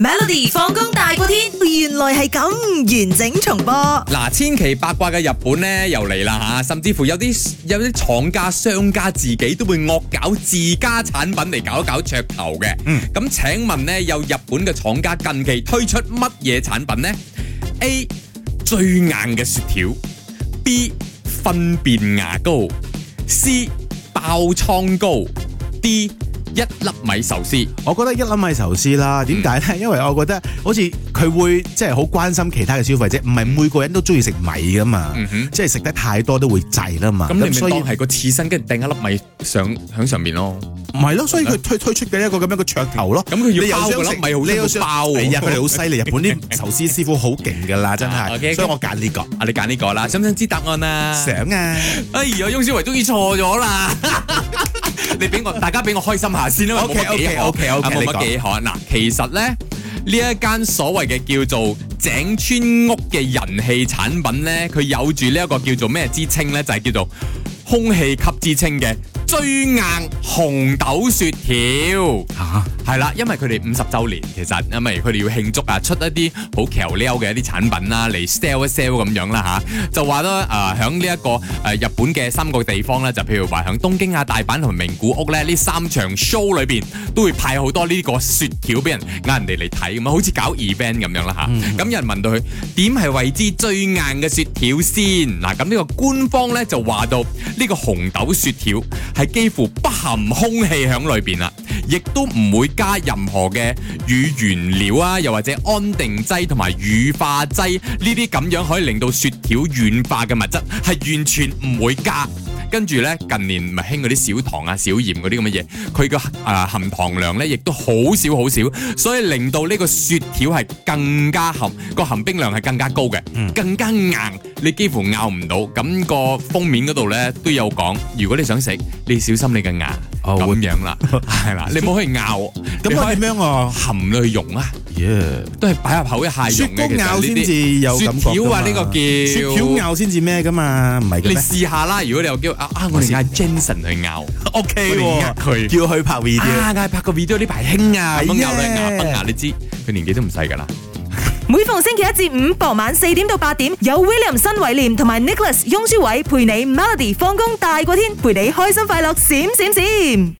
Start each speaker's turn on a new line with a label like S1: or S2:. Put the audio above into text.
S1: Melody 放工大過天，原來係咁完整重播。
S2: 嗱，千奇百怪嘅日本呢又嚟啦嚇，甚至乎有啲有啲廠家、商家自己都會惡搞自家產品嚟搞一搞噱頭嘅。
S3: 嗯
S2: 咁請問呢，有日本嘅廠家近期推出乜嘢產品呢？A 最硬嘅雪條，B 糞便牙膏，C 爆瘡膏，D 一粒米壽司。
S3: 我覺得一粒米壽司啦，
S2: 嗯
S3: 點解 咧？因為我覺得好似佢會即係好關心其他嘅消費者，唔係每個人都中意食米噶嘛，
S2: 嗯哼
S3: 即係食得太多都會滯啦嘛。
S2: 咁你咪
S3: 所以
S2: 當係個刺身，跟住掟一粒米上喺上面咯。
S3: 唔係咯，所以佢推推出嘅一個咁樣嘅噱頭咯。
S2: 啊咁佢要
S3: 你又
S2: 包
S3: 想
S2: 嗰
S3: 食
S2: 粒米好
S3: 你又
S2: 辛
S3: 想
S2: 苦包喎
S3: 係啊，佢哋好犀利，日本啲壽司師傅好勁噶啦，真
S2: 啊
S3: 係。
S2: ，OK，
S3: 所以我揀呢個。
S2: 啊，你揀呢個啦，想唔想知答案啊？
S3: 想啊，
S2: 哎呀，翁小維終於錯咗 啦！你俾我，大家俾我開心下先啦。
S3: OK，
S2: 冇乜幾可
S3: OK，OK，OK，
S2: 啊冇
S3: 你
S2: 乜
S3: 講
S2: 幾可嗱，其實咧呢一間所謂嘅叫做井村屋嘅人氣產品咧，佢有住呢一個叫做咩之稱咧，就係、叫做空氣級之稱嘅最硬紅豆雪條。
S3: 嚇
S2: 係啦，因為佢哋五十週年，其實因為佢哋要慶祝啊，出一啲好橋撩嘅一啲產品啦，嚟 sell 一 sell 咁樣啦吓、就話咧誒，響呢一個誒、呃日本嘅三個地方咧，就譬如話響東京啊、大阪同埋名古屋咧，呢三場 show 裏邊都會派好多呢個雪條俾人嗌人哋嚟睇咁啊，好似搞 event 咁樣啦吓，咁、有人問到佢點係為之最硬嘅雪條先嗱？咁呢個官方咧就話到呢個紅豆雪條係幾乎不含空氣響裏邊啦。亦都唔會加任何嘅乳原料啊，又或者安定劑同埋乳化劑呢啲咁樣可以令到雪條軟化嘅物質，係完全唔會加。跟住呢，近年咪興嗰啲少糖啊、少鹽嗰啲咁嘅嘢，佢嘅誒含糖量呢亦都好少好少，所以令到呢個雪條係更加含個含冰量係更加高嘅，更加硬，你幾乎咬唔到。咁、個封面嗰度呢都有講，如果你想食，你小心你嘅牙
S3: 哦
S2: 咁
S3: 會
S2: 樣 啦，係啦，你唔好去咬，
S3: 咁
S2: 你
S3: 我
S2: 可以
S3: 點樣啊？
S2: 含落去溶啊，
S3: 耶
S2: 都係擺入口一下
S3: 雪
S2: 溶
S3: 糕
S2: 嘅。其實
S3: 咬
S2: 呢
S3: 先
S2: 啲
S3: 至有感覺
S2: 雪條
S3: 㗎
S2: 啊，
S3: 嘛
S2: 呢個叫
S3: 雪條。咬先至咩噶嘛，唔係嘅
S2: 你
S3: 咩
S2: 試下啦，如果你有機會啊啊，我哋嗌 Jensen 去咬，
S3: ？O K
S2: 我哋呃佢
S3: 叫佢拍 video。
S2: 啊，嗌拍個 video 呢排興啊，咁樣
S3: 係
S2: 咬落去牙
S3: 啊
S2: 崩牙，你知佢年紀都唔細㗎啦。
S1: 每逢星期一至五傍晚四點到八點，有 William 新偉廉同埋 Nicholas 雍舒偉陪你 Melody 放工大過天，陪你開心快樂閃閃閃。